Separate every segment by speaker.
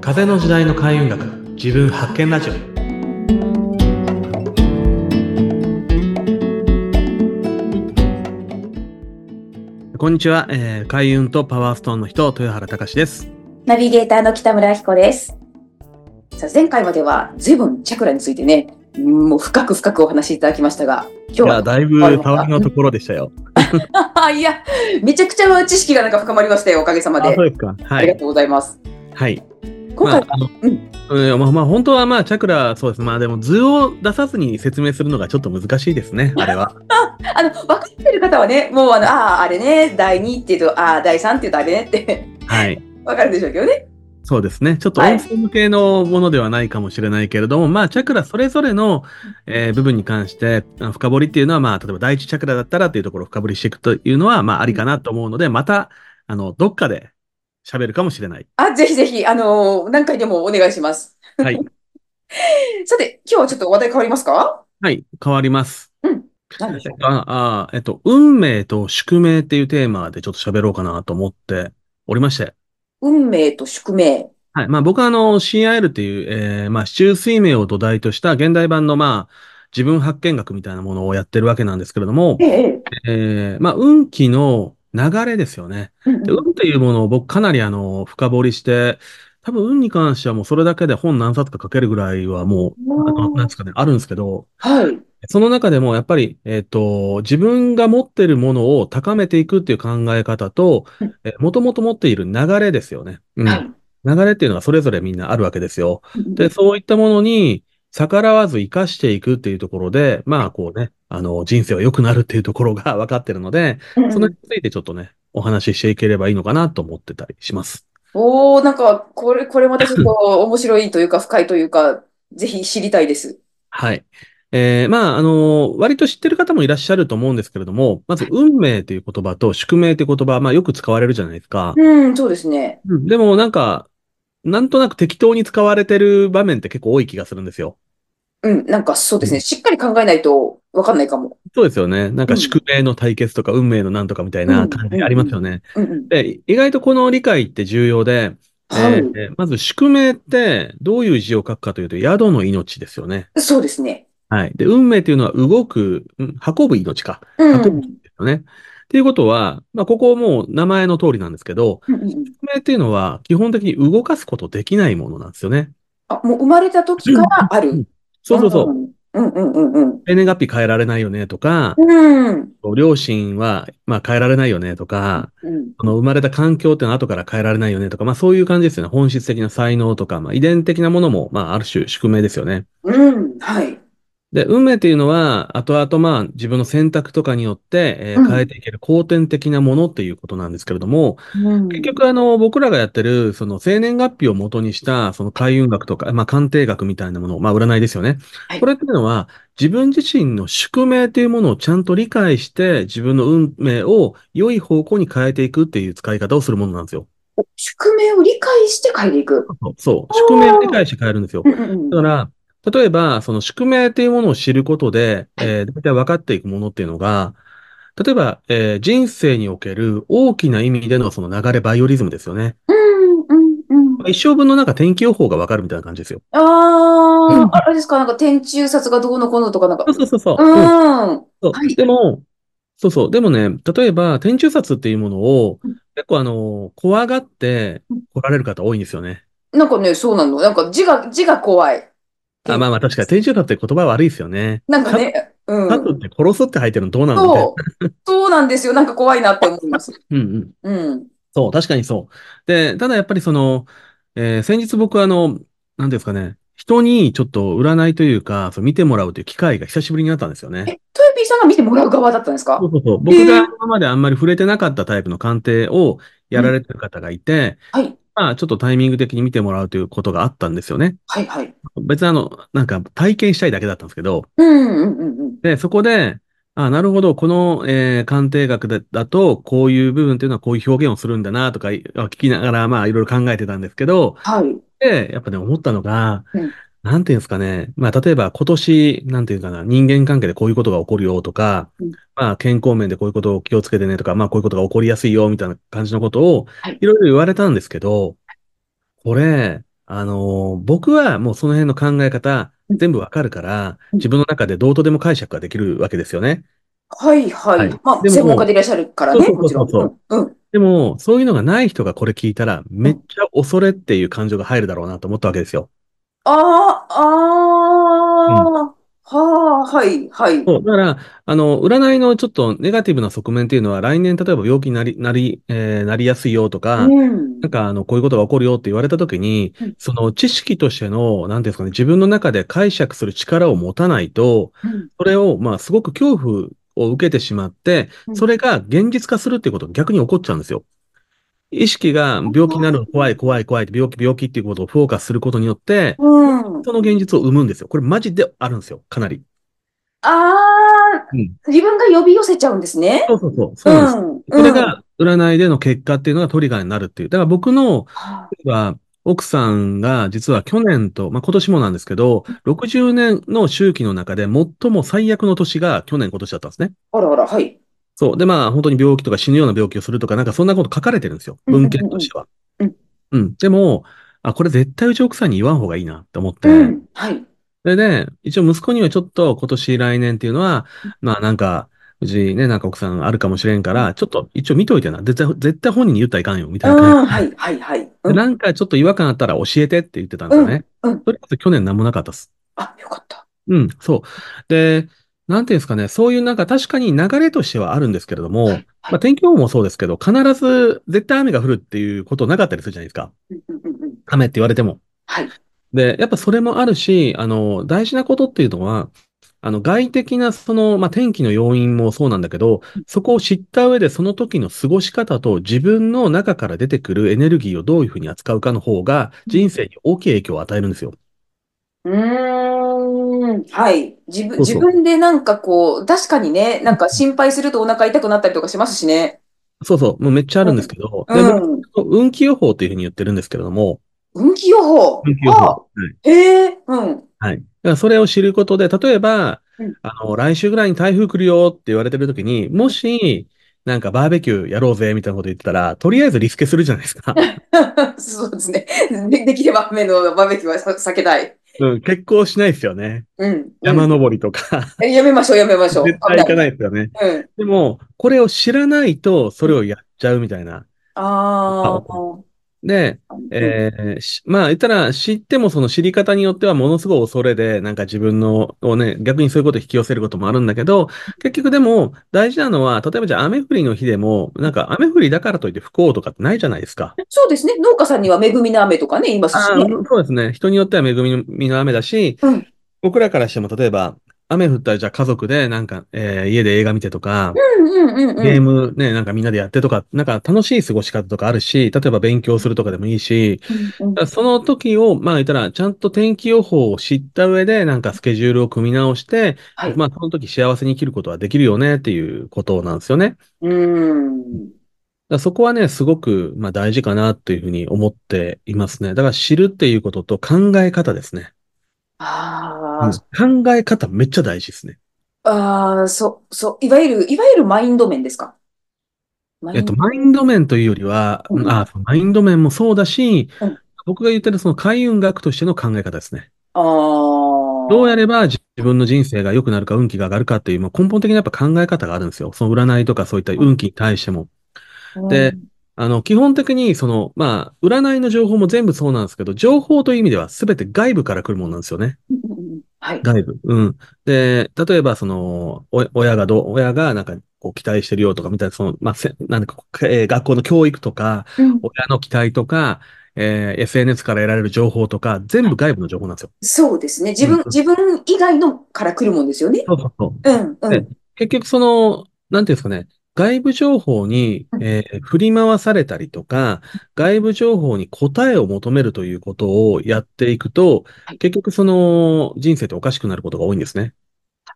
Speaker 1: 風の時代の開運学自分発見ラジオこんにちは、えー、開運とパワーストーンの人豊原隆です
Speaker 2: ナビゲーターの北村彦です。さあ、前回までは随分チャクラについてね、うんもう深く深くお話しいただきましたが、
Speaker 1: い
Speaker 2: 今日
Speaker 1: や
Speaker 2: は、
Speaker 1: だいぶ変わりのところでしたよ
Speaker 2: いや、めちゃくちゃ知識がなんか深まりましたよ、おかげさまで。
Speaker 1: あ
Speaker 2: あ
Speaker 1: そうですかは
Speaker 2: りが
Speaker 1: い
Speaker 2: とうございます。
Speaker 1: はい
Speaker 2: 今
Speaker 1: ま
Speaker 2: 回
Speaker 1: あ
Speaker 2: は、
Speaker 1: あの
Speaker 2: うん
Speaker 1: うんまあまあ本当はまあチャクラそうですまあでも図を出さずに説明するのがちょっと難しいですねあれ は
Speaker 2: あの、分かってる方はね、もうあの、ああ、あれね、第2っていうと、ああ、第3っていうとあれねって
Speaker 1: はい
Speaker 2: 分かるんでしょうけどね。
Speaker 1: そうですね。ちょっと
Speaker 2: はい
Speaker 1: 音声向けのものではないかもしれないけれども、まあ、チャクラそれぞれの、えー部分に関して、あの深掘りっていうのは、まあ、例えば第一チャクラだったらっていうところを深掘りしていくというのは、まあ、ありかなと思うので、また、あの、どっかで喋るかもしれ ない。
Speaker 2: あ、ぜひぜひ、あのー何回でもお願いします。
Speaker 1: はい。
Speaker 2: さて、今日はちょっと話題変わりますか
Speaker 1: はい、変わります。
Speaker 2: 何でしょう
Speaker 1: ああ、えっと、運命と宿命っていうテーマでちょっと喋ろうかなと思っておりまして。
Speaker 2: 運命と宿命。
Speaker 1: はい。まあ僕はあの CIL っていう、えー、まあ市中水明を土台とした現代版のまあ自分発見学みたいなものをやってるわけなんですけれども
Speaker 2: え、え、
Speaker 1: えー、まあ運気の流れですよね。
Speaker 2: うん
Speaker 1: で
Speaker 2: うん
Speaker 1: 運っていうものを僕かなりあの深掘りして、多分運に関してはもうそれだけで本何冊か書けるぐらいはもう、あのなんですかね、あるんですけど、
Speaker 2: はい。
Speaker 1: その中でもやっぱり、えっと、自分が持ってるものを高めていくっていう考え方と
Speaker 2: うん、
Speaker 1: えもともと持っている流れですよね。うん
Speaker 2: はい。
Speaker 1: 流れっていうのはそれぞれみんなあるわけですよ。
Speaker 2: う ん
Speaker 1: で、そういったものに逆らわず生かしていくっていうところで、まあこうね、あの人生は良くなるっていうところが 分かってるので、
Speaker 2: うん
Speaker 1: そのについてちょっとね、お話ししていければいいのかなと思ってたりします。
Speaker 2: おー、なんか、これ、これまたちょっと面白いというか、深いというか、ぜひ知りたいです。
Speaker 1: はい。えー、まあ、あの、割と知ってる方もいらっしゃると思うんですけれども、まず、運命という言葉と宿命という言葉、まあ、よく使われるじゃないですか。
Speaker 2: うん、そうですね。
Speaker 1: うんでも、なんか、なんとなく適当に使われてる場面って結構多い気がするんですよ。
Speaker 2: うん、なんかそうですね。しっかり考えないとわかんないかも。
Speaker 1: そうですよね。なん
Speaker 2: う
Speaker 1: か
Speaker 2: ん
Speaker 1: 宿命の対決とか運命のなんとかみたいな感じありますよね。
Speaker 2: うんうん。
Speaker 1: で、意外とこの理解って重要で、え
Speaker 2: は
Speaker 1: ーまず宿命ってどういう字を書くかというと、宿の命ですよね。
Speaker 2: い。そうですね。
Speaker 1: はい。で、運命というのは動く、うん運ぶ命か。
Speaker 2: うん。
Speaker 1: 運ぶ命ですよね。っていうことは、まあ、ここもう名前の通りなんですけど、
Speaker 2: うんうんうん
Speaker 1: 宿命っていうのは基本的に動かすことできないものなんですよね。
Speaker 2: あ、もう生まれた時からあ
Speaker 1: うん
Speaker 2: る。
Speaker 1: そうそうそう。
Speaker 2: うんうんうんうん。
Speaker 1: 生年月日変えられないよねとか、
Speaker 2: うん。
Speaker 1: 両親は、まあ、変えられないよねとか、
Speaker 2: うん。
Speaker 1: その生まれた環境っていうのは後から変えられないよねとか、まあそういう感じですよね。本質的な才能とか、まあ遺伝的なものも、まあある種宿命ですよね。
Speaker 2: うん。はい。
Speaker 1: で、運命っていうのは、後々まあ自分の選択とかによって、えー
Speaker 2: うん
Speaker 1: 変えていける後天的なものっていうことなんですけれども、
Speaker 2: うん。
Speaker 1: 結局あの僕らがやってる、その生年月日を元にした、その開運学とか、まあ鑑定学みたいなもの、まあ占いですよね
Speaker 2: は。い
Speaker 1: これっていうのは、自分自身の宿命っていうものをちゃんと理解して、自分の運命を良い方向に変えていくっていう使い方をするものなんですよ。
Speaker 2: お宿命を理解して変えていく。
Speaker 1: そうそう。宿命を理解して変えるんですよ
Speaker 2: う。んうん
Speaker 1: だか
Speaker 2: うん。
Speaker 1: ら、例えば、その宿命っていうものを知ることで、えー、大体分かっていくものっていうのが、例えば、えー人生における大きな意味でのその流れバイオリズムですよね。
Speaker 2: うんうんうん。
Speaker 1: 一生分のなんか天気予報が分かるみたいな感じですよ。
Speaker 2: ああ、あれですか、なんか天中殺がどうのこうのとか、なんか
Speaker 1: そう。そうそうそう。うん
Speaker 2: うん。
Speaker 1: そう
Speaker 2: はい
Speaker 1: でも、そうそう。でもね、例えば、天中殺っていうものを
Speaker 2: うん、
Speaker 1: 結構あの、怖がって来られる方多いんですよね。
Speaker 2: なんかね、そうなの。なんか字が、字が怖い。
Speaker 1: あまあまあ確かに天中殺って言葉悪いですよね。
Speaker 2: なんかね、う
Speaker 1: 殺っ
Speaker 2: ん。
Speaker 1: て殺すって入ってるのどうなのみたいな。
Speaker 2: そう。そうなんですよ。なんか怖いなって思います。
Speaker 1: うんうん。
Speaker 2: うん。
Speaker 1: そう、確かにそう。で、ただやっぱりその、えー先日僕あの、なんていうんですかね、人にちょっと占いというか、そう見てもらうという機会が久しぶりになったんですよ
Speaker 2: え、ト
Speaker 1: ね。
Speaker 2: ヨピーさんが見てもらう側だったんですか
Speaker 1: そうそうそう。
Speaker 2: え
Speaker 1: 僕
Speaker 2: ー
Speaker 1: が今まであんまり触れてなかったタイプの鑑定をやられてる方がいて、
Speaker 2: はい。
Speaker 1: まあちょっとタイミング的に見てもらうということがあったんですよね。
Speaker 2: はい、はい。
Speaker 1: 別にあの、なんか体験したいだけだったんですけど、
Speaker 2: うん、うん、うんうん。
Speaker 1: で、そこで、あ、なるほど、この、えー鑑定学だ、だと、こういう部分っていうのはこういう表現をするんだな、とか、い聞きながら、まあ、いろいろ考えてたんですけど、
Speaker 2: はい。
Speaker 1: で、やっぱね、思ったのが、
Speaker 2: うん
Speaker 1: なんていうんですかね。まあ、例えば今年、なんていうかな、人間関係でこういうことが起こるよとか、
Speaker 2: うん
Speaker 1: まあ、健康面でこういうことを気をつけてねとか、まあ、こういうことが起こりやすいよみたいな感じのことを
Speaker 2: はい、
Speaker 1: いろいろ言われたんですけど、これ、あのー僕はもうその辺の考え方、
Speaker 2: うん
Speaker 1: 全部わかるから、
Speaker 2: うん
Speaker 1: 自分の中でどうとでも解釈ができるわけですよね。
Speaker 2: はいはい。
Speaker 1: はい
Speaker 2: まあ、
Speaker 1: でも
Speaker 2: 専門家でいらっしゃるからね、
Speaker 1: そう
Speaker 2: もちろ
Speaker 1: そ
Speaker 2: ん。
Speaker 1: うそう
Speaker 2: うんうん。
Speaker 1: でも、そういうのがない人がこれ聞いたら、めっちゃ恐れっていう感情が入るだろうなと思ったわけですよ。
Speaker 2: ああ、ああ、はあ、はい、はい。
Speaker 1: そう。だから、あの、占いのちょっとネガティブな側面っていうのは、来年例えば病気になり、なり、えーなりやすいよとか、
Speaker 2: うん
Speaker 1: なんかあの、こういうことが起こるよって言われたときに
Speaker 2: うん、
Speaker 1: その知識としての、なんていうんですかね、自分の中で解釈する力を持たないと、
Speaker 2: うん
Speaker 1: それを、まあ、すごく恐怖を受けてしまって
Speaker 2: う、ん
Speaker 1: それが現実化するっていうことが逆に起こっちゃうんですよ。意識が病気になるの怖い怖い怖いって病気病気っていうことをフォーカスすることによって、
Speaker 2: うん。
Speaker 1: その現実を生むんですよ。これマジであるんですよ。かなり。
Speaker 2: ああ
Speaker 1: うん、
Speaker 2: 自分が呼び寄せちゃうんですね。
Speaker 1: そうそうそう。そうなんです。そ
Speaker 2: ん。
Speaker 1: れが占いでの結果っていうのがトリガーになるっていう。だから僕の、例えば奥さんが実は去年と、まあ、今年もなんですけど、60年の周期の中で最も最悪の年が去年今年だったんですね。
Speaker 2: あらあら、はい。
Speaker 1: そう。で、まあ本当に病気とか死ぬような病気をするとか、なんかそんなこと書かれてるんですよ。
Speaker 2: うんうんうん
Speaker 1: 文献としては。
Speaker 2: うん。
Speaker 1: うん。でも、あ、これ絶対うち奥さんに言わん方がいいなって思って。
Speaker 2: うん。はい。
Speaker 1: それで、一応息子にはちょっと今年来年っていうのは、まあなんか、うちね、なんか奥さんあるかもしれんから、ちょっと一応見といてな。絶対、絶対本人に言ったらいかんよ、み
Speaker 2: う
Speaker 1: たいな感
Speaker 2: ん。はい、はい、はい。
Speaker 1: じ。
Speaker 2: う
Speaker 1: で
Speaker 2: ん
Speaker 1: なんかちょっと違和感あったら教えてって言ってたんですよね。
Speaker 2: うんうん
Speaker 1: それこそ去年なんもなかったっす。
Speaker 2: あ、よかった。
Speaker 1: うん、そう。で、なんていうんですかね、そういうなんか確かに流れとしてはあるんですけれども、
Speaker 2: はい
Speaker 1: まあ天気予報もそうですけど、必ず絶対雨が降るっていうことなかったりするじゃないですか。
Speaker 2: うんうんうんうん
Speaker 1: 雨って言われても。
Speaker 2: はい。
Speaker 1: で、やっぱそれもあるし、あの、大事なことっていうのは、あの、外的な、その、まあ、天気の要因もそうなんだけど、そこを知った上で、その時の過ごし方と自分の中から出てくるエネルギーをどういうふうに扱うかの方が、人生に大きい影響を与えるんですよ。
Speaker 2: うーん。はい。自分、
Speaker 1: そうそう
Speaker 2: 自分でなんかこう、確かにね、なんか心配するとお腹痛くなったりとかしますしね。
Speaker 1: そうそう、もうめっちゃあるんですけど、
Speaker 2: う
Speaker 1: でも、
Speaker 2: ん。
Speaker 1: 運気予報っていうふうに言ってるんですけれども、
Speaker 2: 運気予報。
Speaker 1: 運気予報。
Speaker 2: あ
Speaker 1: はい
Speaker 2: へえ、うん。
Speaker 1: はい。だからそれを知ることで、例えば
Speaker 2: うん、
Speaker 1: あの、来週ぐらいに台風来るよって言われてる時に、もし、なんかバーベキューやろうぜみたいなこと言ってたら、とりあえずリスケするじゃないです か。
Speaker 2: そうですね。で、できれば雨のバーベキューはさ避けたい。
Speaker 1: うん、結構しないですよね。
Speaker 2: うん。うん
Speaker 1: 山登りとか、
Speaker 2: えやめましょう、やめましょう。。
Speaker 1: 絶対行かないいですよね。
Speaker 2: うん。
Speaker 1: でも、これを知らないと、それをやっちゃうみたいな。
Speaker 2: あ
Speaker 1: で、
Speaker 2: あ。
Speaker 1: えーしまあ言ったら知ってもその知り方によってはものすごい恐れで、なんか自分のをね、逆にそういうことを引き寄せることもあるんだけど、結局でも大事なのは、例えばじゃあ雨降りの日でも、なんか雨降りだからといって不幸とかってないじゃないですか。
Speaker 2: そうですね。農家さんには恵みの雨とかね、言いますし
Speaker 1: ああ、
Speaker 2: ね。
Speaker 1: そうですね。人によっては恵みの雨だし、
Speaker 2: うん
Speaker 1: 僕らからしても例えば雨降ったらじゃあ家族でなんか、えー家で映画見てとか、
Speaker 2: うんうんうん
Speaker 1: ゲ
Speaker 2: う
Speaker 1: ー
Speaker 2: ん。
Speaker 1: ムね、なんかみんなでやってとか、なんか楽しい過ごし方とかあるし、例えば勉強するとかでもいいし、
Speaker 2: うん
Speaker 1: だからその時を、まあ言ったら、ちゃんと天気予報を知った上で、なんかスケジュールを組み直して、
Speaker 2: はい
Speaker 1: まあその時幸せに生きることはできるよねっていうことなんですよね。だか
Speaker 2: うん。
Speaker 1: らそこはね、すごく、まあ大事かなというふうに思っていますね。だから知るっていうことと考え方ですね。
Speaker 2: あー
Speaker 1: 考え方めっちゃ大事ですね。
Speaker 2: あー、そう、そう、いわゆる、いわゆるマインド面ですか。マ
Speaker 1: えっと、マインド面というよりは、
Speaker 2: うん
Speaker 1: あマインド面もそうだし、
Speaker 2: うん
Speaker 1: 僕が言ってるその開運学としての考え方ですね。
Speaker 2: ああ。
Speaker 1: どうやれば自分の人生が良くなるか、運気が上がるかっていう、まあ、根本的なやっぱ考え方があるんですよ。その占いとかそういった運気に対しても。ってあの、基本的に、その、まあ、占いの情報も全部そうなんですけど、情報という意味では全て外部から来るものなんですよね。
Speaker 2: うん、うんうんうんはい。
Speaker 1: 外部。うん。で、例えば、その、お親がどう、親がなんか、こう期待してるよとかみたいな、その、まあ、せなんか、えー学校の教育とか、
Speaker 2: うん
Speaker 1: 親の期待とか、えー SNS から得られる情報とか、全部外部の情報なんですよ。
Speaker 2: そうですね。自分、
Speaker 1: うん
Speaker 2: 自分以外のから来るもんですよね。
Speaker 1: そうそうそう。
Speaker 2: うん、う
Speaker 1: ね
Speaker 2: ん。
Speaker 1: 結局その、なんていうんですかね、外部情報に、
Speaker 2: うん
Speaker 1: えー振り回されたりとか、外部情報に答えを求めるということをやっていくと
Speaker 2: はい、
Speaker 1: 結局その人生っておかしくなることが多いんですね。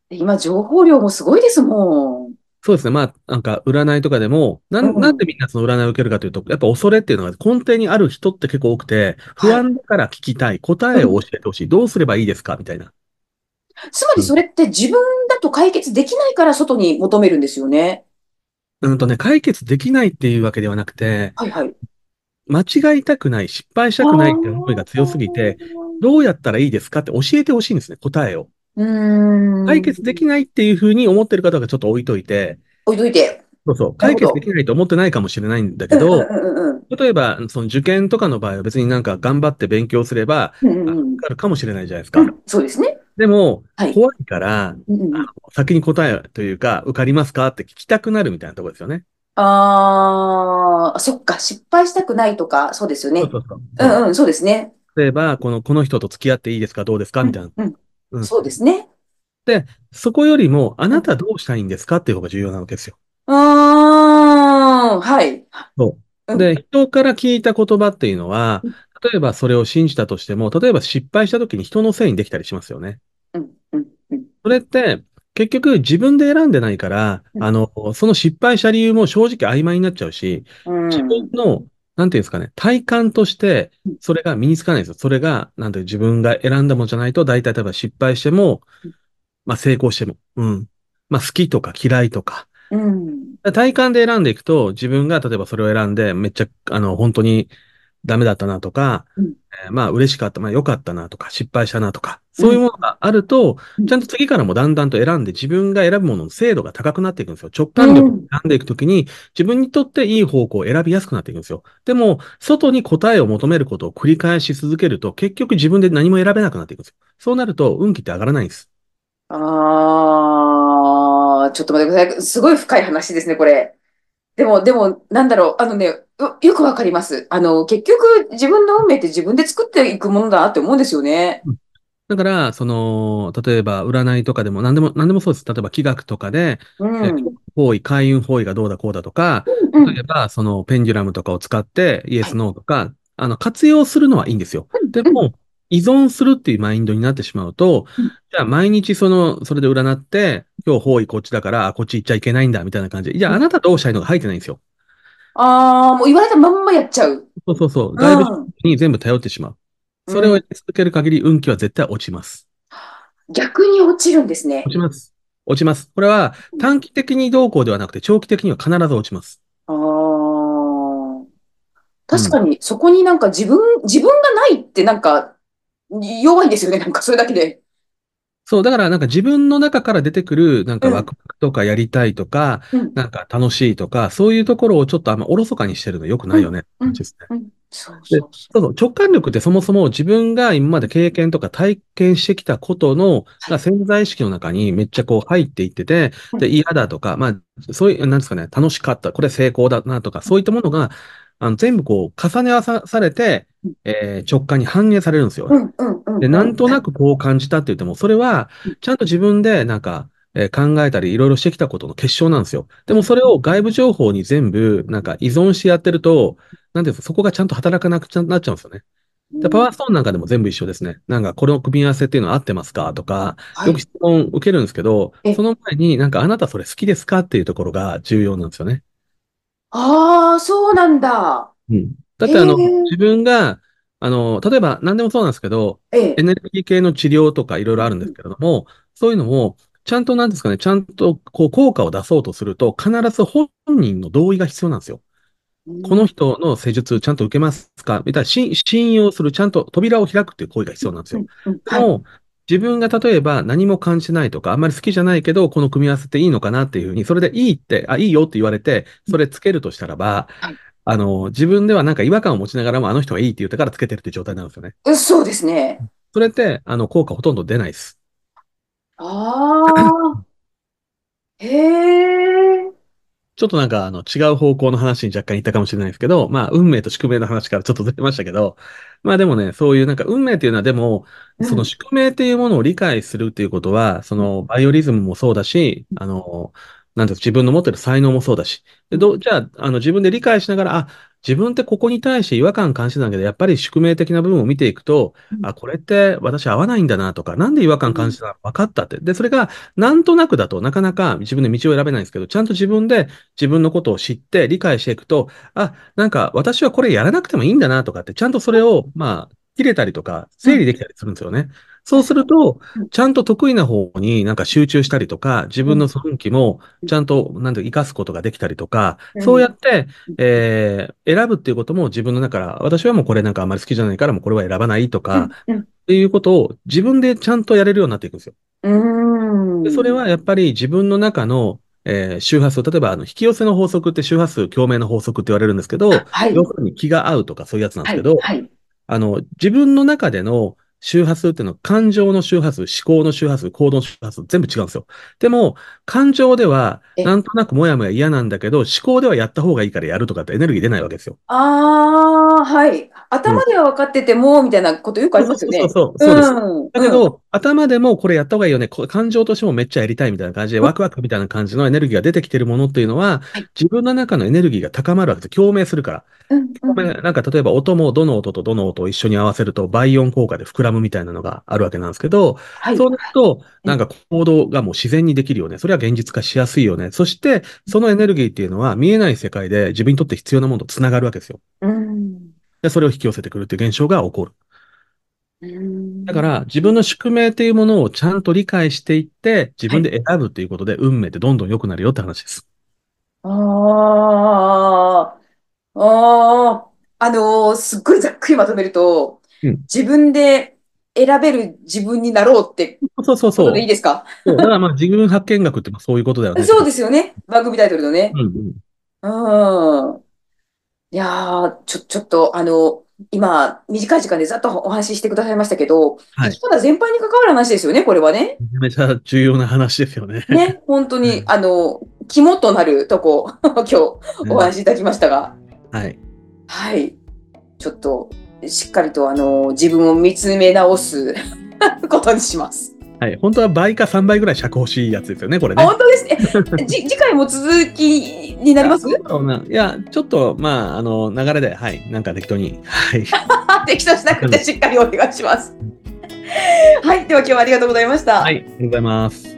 Speaker 2: 今、情報量もすごいですもん。
Speaker 1: そうですね。まあ、なんか、占いとかでも、なん
Speaker 2: うん
Speaker 1: なんでみんなその占いを受けるかというと、やっぱ恐れっていうのが根底にある人って結構多くて、不安だから聞きたい、答えを教えてほしい、どうすればいいですかみたいな。
Speaker 2: つまりそれって自分だと解決できないから外に求めるんですよね。
Speaker 1: うんとね、解決できないっていうわけではなくて、
Speaker 2: はいはい。
Speaker 1: 間違いたくない、失敗したくないっていう思いが強すぎて、どうやったらいいですかって教えてほしいんですね、答えを。
Speaker 2: うーん。
Speaker 1: 解決できないっていうふうに思ってる方がちょっと置いといて、
Speaker 2: 置いといて。
Speaker 1: そうそう、
Speaker 2: な
Speaker 1: 解
Speaker 2: るほど
Speaker 1: 決できないと思ってないかもしれないんだけ
Speaker 2: うんう
Speaker 1: ど、
Speaker 2: んうん
Speaker 1: 例えば、その受験とかの場合は別になんか頑張って勉強すれば、
Speaker 2: うんう
Speaker 1: あ
Speaker 2: んうん
Speaker 1: 受かるかもしれないじゃないです
Speaker 2: う
Speaker 1: か。
Speaker 2: ん。そうですね。
Speaker 1: でも
Speaker 2: はい、
Speaker 1: 怖いから、
Speaker 2: うんうんうん
Speaker 1: あ先に答えというか、受かりますかって聞きたくなるみたいなところですよね。
Speaker 2: あー、そっか、失敗したくないとか、そうですよね。
Speaker 1: そうそう
Speaker 2: う
Speaker 1: そう。
Speaker 2: んうん、そうですね。
Speaker 1: 例えば、この、この人と付き合っていいですかどうですかみたいな。
Speaker 2: うん
Speaker 1: う
Speaker 2: うんん、そうですね。
Speaker 1: そこよりも、あなたどうしたいんですかっていう方が重要なわけですよ。
Speaker 2: うーん、はい。うん
Speaker 1: で、人から聞いた言葉っていうのは、例えばそれを信じたとしても、例えば失敗した時に人のせいにできたりしますよね。
Speaker 2: うんうんうん
Speaker 1: それって、結局自分で選んでないから、
Speaker 2: うん
Speaker 1: あの、その失敗した理由も正直曖昧になっちゃうし、
Speaker 2: うん
Speaker 1: 自分の、なんていうんですかね、体感として
Speaker 2: うん、
Speaker 1: それが身につかないんですよ。それが、なんていう自分が選んだものじゃないと、大体例えば失敗しても
Speaker 2: うん、
Speaker 1: まあ成功しても、うん。まあ好きとか嫌いとか。
Speaker 2: うん
Speaker 1: 体感で選んでいくと、自分が例えばそれを選んで、めっちゃ、あの、本当にダメだったなとか、
Speaker 2: うん
Speaker 1: えーまあ嬉しかった、まあ良かったなとか、失敗したなとか、そういうものがあると、
Speaker 2: うん
Speaker 1: ちゃんと次からもだんだんと選んで、自分が選ぶものの精度が高くなっていくんですよ。直感力
Speaker 2: うん
Speaker 1: で選んでいくときに、自分にとっていい方向を選びやすくなっていくんですよ。でも、外に答えを求めることを繰り返し続けると、結局自分で何も選べなくなっていくんですよ。そうなると、運気って上がらないんです。
Speaker 2: あー、ちょっと待ってください。すごい深い話ですね、これ。でも、でも、なんだろう。あのね、よよくわかります。あの、結局、自分の運命って自分で作っていくものだなって思うんですよね。
Speaker 1: だから、その、例えば、占いとかでも、何でも、何でもそうです。例えば、気学とかで、
Speaker 2: うん。
Speaker 1: え方位、開運方位がどうだこうだとか、
Speaker 2: うん
Speaker 1: 例えば、そのペンデュラムとかを使って、イエス、ノーとか、あの、活用するのはいいんですよ。でも、依存するっていうマインドになってしまうと
Speaker 2: うん、
Speaker 1: じゃあ毎日その、それで占って、今日方位こっちだから、あこっち行っちゃいけないんだ、みたいな感じで。じゃああなたどうしたいのが入ってないんですよ。
Speaker 2: あー、もう言われたまんまやっちゃう。
Speaker 1: そうそうそう。外部
Speaker 2: うん。
Speaker 1: に全部頼ってしまう。それを
Speaker 2: う
Speaker 1: やり続ける限り運気は絶対落ちます。
Speaker 2: 逆に落ちるんですね
Speaker 1: 落。ちます。落ちます。これは
Speaker 2: うん
Speaker 1: 短期的にどうこうではなくて、長期的には必ず落ちます。
Speaker 2: あー確かに、そこになんか自分、自分がないってなんか、弱いんですよね。なんかそれだけで。
Speaker 1: そう、だからなんか自分の中から出てくる、なんかワクワクとかやりたいとか、
Speaker 2: うん
Speaker 1: なんか楽しいとか、そういうところをちょっとあんまおろそかにしてるのよくないよね。
Speaker 2: うんうん
Speaker 1: ですね
Speaker 2: うん。そうそうそ
Speaker 1: そうそう、直感力ってそもそも自分が今まで経験とか体験してきたことの、が潜在意識の中にめっちゃこう入っていってて、で、嫌だとか、まあ、そういう、なんですかね、楽しかった、これ成功だなとか、そういったものが、あの、全部こう、重ね合わさされて
Speaker 2: うん、
Speaker 1: えー直感に反映されるんですよ
Speaker 2: う。う。んうんうん。
Speaker 1: で、なんと
Speaker 2: く。
Speaker 1: なくこう感じたって言っても、それは
Speaker 2: うん、
Speaker 1: ちゃんと自分でなんか、えー考えたりいろいろしてきたことの結晶なんですよ。でもそれを外部情報に全部なんか依存してやってると、なんていうんですか、そこがちゃんと働かなくちゃなっちゃうんですよね。で、パワーストーンなんかでも全部一緒ですね。なんか、これの組み合わせっていうのは合ってますかとか、
Speaker 2: はい
Speaker 1: よく質問受けるんですけど
Speaker 2: え、
Speaker 1: その前になんかあなたそれ好きですかっていうところが重要なんですよね。
Speaker 2: ああ、そうなんだ。
Speaker 1: うん。だってあの、
Speaker 2: へー
Speaker 1: 自分が、あの、例えば何でもそうなんですけど、
Speaker 2: ええ
Speaker 1: エ。ネルギー系の治療とかいろいろあるんですけれども、そういうのも、ちゃんとなんですかね、ちゃんとこう効果を出そうとすると、必ず本人の同意が必要なんですよ。この人の施術ちゃんと受けますかみたいな、し信用する、ちゃんと扉を開くっていう行為が必要なんです
Speaker 2: う
Speaker 1: よ。
Speaker 2: んうん
Speaker 1: で
Speaker 2: はい。
Speaker 1: も、自分が例えば何も感じてないとか、あんまり好きじゃないけど、この組み合わせっていいのかなっていうふうに、それでいいって、あ、いいよって言われて、それつけるとしたらば
Speaker 2: はい、
Speaker 1: あの、自分ではなんか違和感を持ちながらも、あの人がいいって言ったからつけてるっていう状態なんですよね。
Speaker 2: うんそうですね。
Speaker 1: それって、あの、効果ほとんど出ないです。
Speaker 2: ああ。へえ。
Speaker 1: ちょっとなんかあの違う方向の話に若干行ったかもしれないですけど、まあ運命と宿命の話からちょっとずれましたけど、まあでもね、そういうなんか運命っていうのはでも、
Speaker 2: うん
Speaker 1: その宿命っていうものを理解するっていうことは、そのバイオリズムもそうだし、あの、なんていうか自分の持ってる才能もそうだし、でどうじゃあ、あの自分で理解しながら、あ、自分ってここに対して違和感感じてたんだけど、やっぱり宿命的な部分を見ていくと、
Speaker 2: うん
Speaker 1: あ、これって私合わないんだなとか、なんで違和感感じたのか分かったって。で、それがなんとなくだとなかなか自分で道を選べないんですけど、ちゃんと自分で自分のことを知って理解していくと、あ、なんか私はこれやらなくてもいいんだなとかって、ちゃんとそれを、まあ、切れたりとか、整理できたりするんですよね。そうすると
Speaker 2: うん、
Speaker 1: ちゃんと得意な方になんか集中したりとか、自分のその運気もちゃんと、なんていうか、生かすことができたりとか、
Speaker 2: うん
Speaker 1: そうやって、えー選ぶっていうことも自分の中から、私はもうこれなんかあまり好きじゃないから、もうこれは選ばないとか、
Speaker 2: うん
Speaker 1: っていうことを自分でちゃんとやれるようになっていくんですよ。
Speaker 2: うん。
Speaker 1: でそれはやっぱり自分の中の、えー周波数、例えばあの引き寄せの法則って周波数共鳴の法則って言われるんですけど、
Speaker 2: はい、
Speaker 1: 要するに気が合うとかそういうやつなんで
Speaker 2: は
Speaker 1: すけ
Speaker 2: い
Speaker 1: ど、
Speaker 2: はい。
Speaker 1: あの、自分の中での周波数っていうのは感情の周波数、思考の周波数、行動の周波数、全部違うんですよ。でも、感情では、
Speaker 2: え
Speaker 1: なんとなくもやもや嫌なんだけど、思考ではやった方がいいからやるとかってエネルギー出ないわけですよ。
Speaker 2: ああ、はい。頭では分かってても、みたいなことよくありますよね。
Speaker 1: そうそうそうそううです。だ
Speaker 2: ん。
Speaker 1: けど、頭でもこれやった方がいいよね。こ感情としてもめっちゃやりたいみたいな感じで、ワクワクみたいな感じのエネルギーが出てきてるものっていうのは、
Speaker 2: はい
Speaker 1: 自分の中のエネルギーが高まるわけです。共鳴するから。
Speaker 2: うん、うん、
Speaker 1: これなんか例えば音もどの音とどの音を一緒に合わせると倍音効果で膨らむみたいなのがあるわけなんですけど、
Speaker 2: はい。
Speaker 1: そうなると、なんか行動がもう自然にできるよね。それは現実化しやすいよね。そして、そのエネルギーっていうのは見えない世界で自分にとって必要なものと繋がるわけですよ。
Speaker 2: うん。
Speaker 1: で、それを引き寄せてくるっていう現象が起こる。
Speaker 2: うん
Speaker 1: だから、自分の宿命っていうものをちゃんと理解していって、自分で選ぶっていうことで、運命ってどんどん良くなるよって話です。
Speaker 2: ああ、ああ、あのーすっごいざっくりまとめると、
Speaker 1: うん
Speaker 2: 自分で選べる自分になろうって
Speaker 1: そうそう
Speaker 2: こ
Speaker 1: そ
Speaker 2: と
Speaker 1: う
Speaker 2: でいい。ですか
Speaker 1: そうだから、まあ、自分発見学ってまあそういうことだよね。
Speaker 2: そうですよね。番組タイトルのね。
Speaker 1: うんうん。
Speaker 2: うん。いやー、ちょ、ちょっと、あの、今、短い時間でざっとお話ししてくださいましたけど、
Speaker 1: はい
Speaker 2: 生き方全般に関わる話ですよね、これ はね。
Speaker 1: めちゃめちゃ重要な話ですよね。
Speaker 2: ね、本当に、あの、肝となるとこ、 今日 お話しいただきましたが。
Speaker 1: はい。
Speaker 2: はい。ちょっと、しっかりと、あの、自分を見つめ直す ことにします。
Speaker 1: はい。本当は倍か3倍ぐらい尺欲しいやつですよね、これ
Speaker 2: あ、
Speaker 1: ね。
Speaker 2: 本当ですね。えじ次回も続きになります
Speaker 1: いやそうだろうないや、ちょっと、まあ、あの、流れで、はい、なんか適当に。はい。
Speaker 2: 適当しなくてしっかりお願いします。はい。では今日はありがとうございました。
Speaker 1: はい、ありがとうございます。